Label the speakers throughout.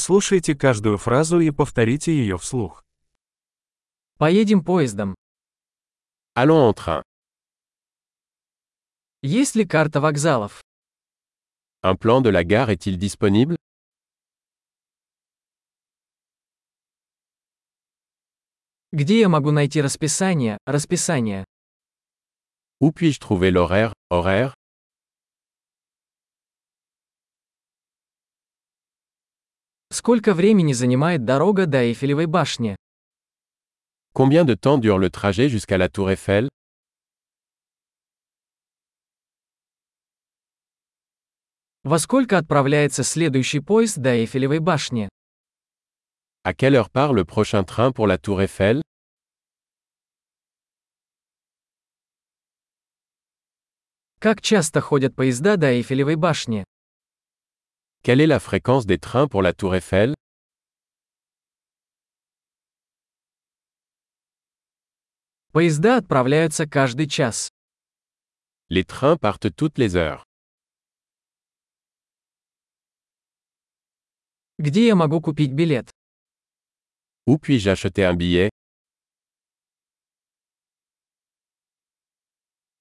Speaker 1: Прослушайте каждую фразу и повторите ее вслух.
Speaker 2: Поедем поездом.
Speaker 3: Allons en train.
Speaker 2: Есть ли карта вокзалов?
Speaker 3: Un plan de la gare est-il disponible
Speaker 2: Где я могу найти расписание, расписание?
Speaker 3: Où puis-je trouver l'horaire, horaire
Speaker 2: Сколько времени занимает дорога до Эйфелевой башни?
Speaker 3: Combien de temps dure le trajet jusqu'à la tour Eiffel
Speaker 2: Во сколько отправляется следующий поезд до Эйфелевой башни?
Speaker 3: À quelle heure part le prochain train pour la tour Eiffel
Speaker 2: Как часто ходят поезда до Эйфелевой башни?
Speaker 3: Quelle est la fréquence des trains pour la tour Eiffel
Speaker 2: Поезда отправляются каждый час.
Speaker 3: Les trains partent toutes les heures.
Speaker 2: Где я могу купить билет?
Speaker 3: Où puis-je acheter un billet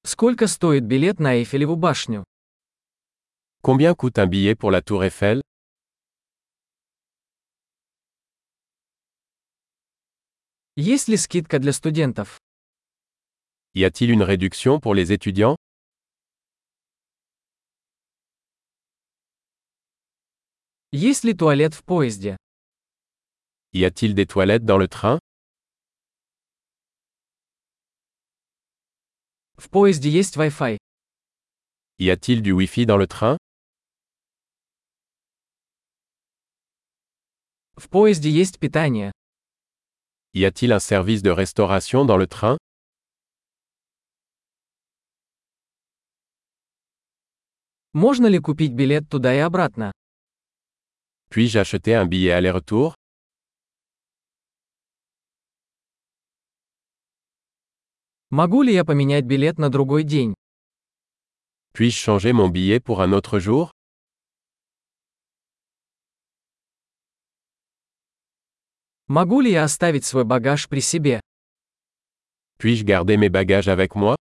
Speaker 2: Сколько стоит билет на Эйфелеву башню?
Speaker 3: Combien coûte un billet pour la tour Eiffel
Speaker 2: Есть ли скидка для студентов?
Speaker 3: Y a-t-il une réduction pour les étudiants
Speaker 2: Есть ли туалет в поезде?
Speaker 3: Y a-t-il des toilettes dans le train
Speaker 2: В поезде есть Wi-Fi.
Speaker 3: Y a-t-il du Wi-Fi dans le train
Speaker 2: В поезде есть питание.
Speaker 3: Y a-t-il un service de restauration dans le train
Speaker 2: Можно ли купить билет туда и обратно?
Speaker 3: Puis-je acheter un billet aller-retour
Speaker 2: Могу ли я поменять билет на другой день?
Speaker 3: Puis-je changer mon billet pour un autre jour
Speaker 2: Могу ли я оставить свой багаж при себе?
Speaker 3: Puis-je garder mes bagages avec moi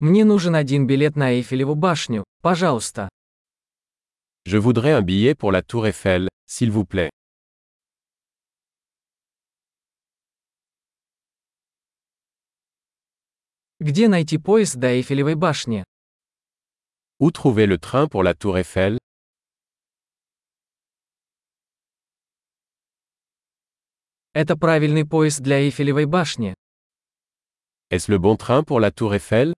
Speaker 2: Мне нужен один билет на Эйфелеву башню, пожалуйста.
Speaker 3: Je voudrais un billet pour la tour Eiffel, s'il vous plaît.
Speaker 2: Где найти поезд до Эйфелевой башни?
Speaker 3: Où trouver le train pour la tour Eiffel
Speaker 2: Это правильный поезд для Эйфелевой башни.
Speaker 3: Est-ce le bon train pour la tour Eiffel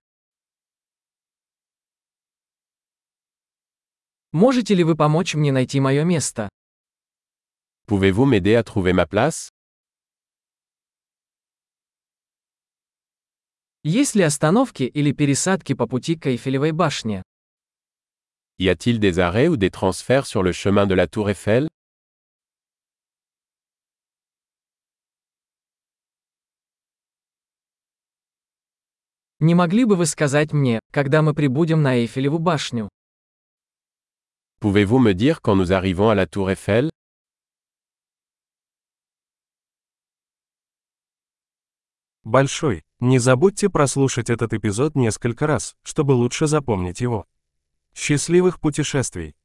Speaker 2: Можете ли вы помочь мне найти мое место?
Speaker 3: Pouvez-vous m'aider à trouver ma place
Speaker 2: Есть ли остановки или пересадки по пути к Эйфелевой башне?
Speaker 3: Y a-t-il des arrêts ou des transferts sur le chemin de la tour Eiffel
Speaker 2: Не могли бы вы сказать мне, когда мы прибудем на Эйфелеву башню?
Speaker 3: Pouvez-vous me dire quand nous arrivons à la tour Eiffel
Speaker 1: Большой. Не забудьте прослушать этот эпизод несколько раз, чтобы лучше запомнить его. Счастливых путешествий!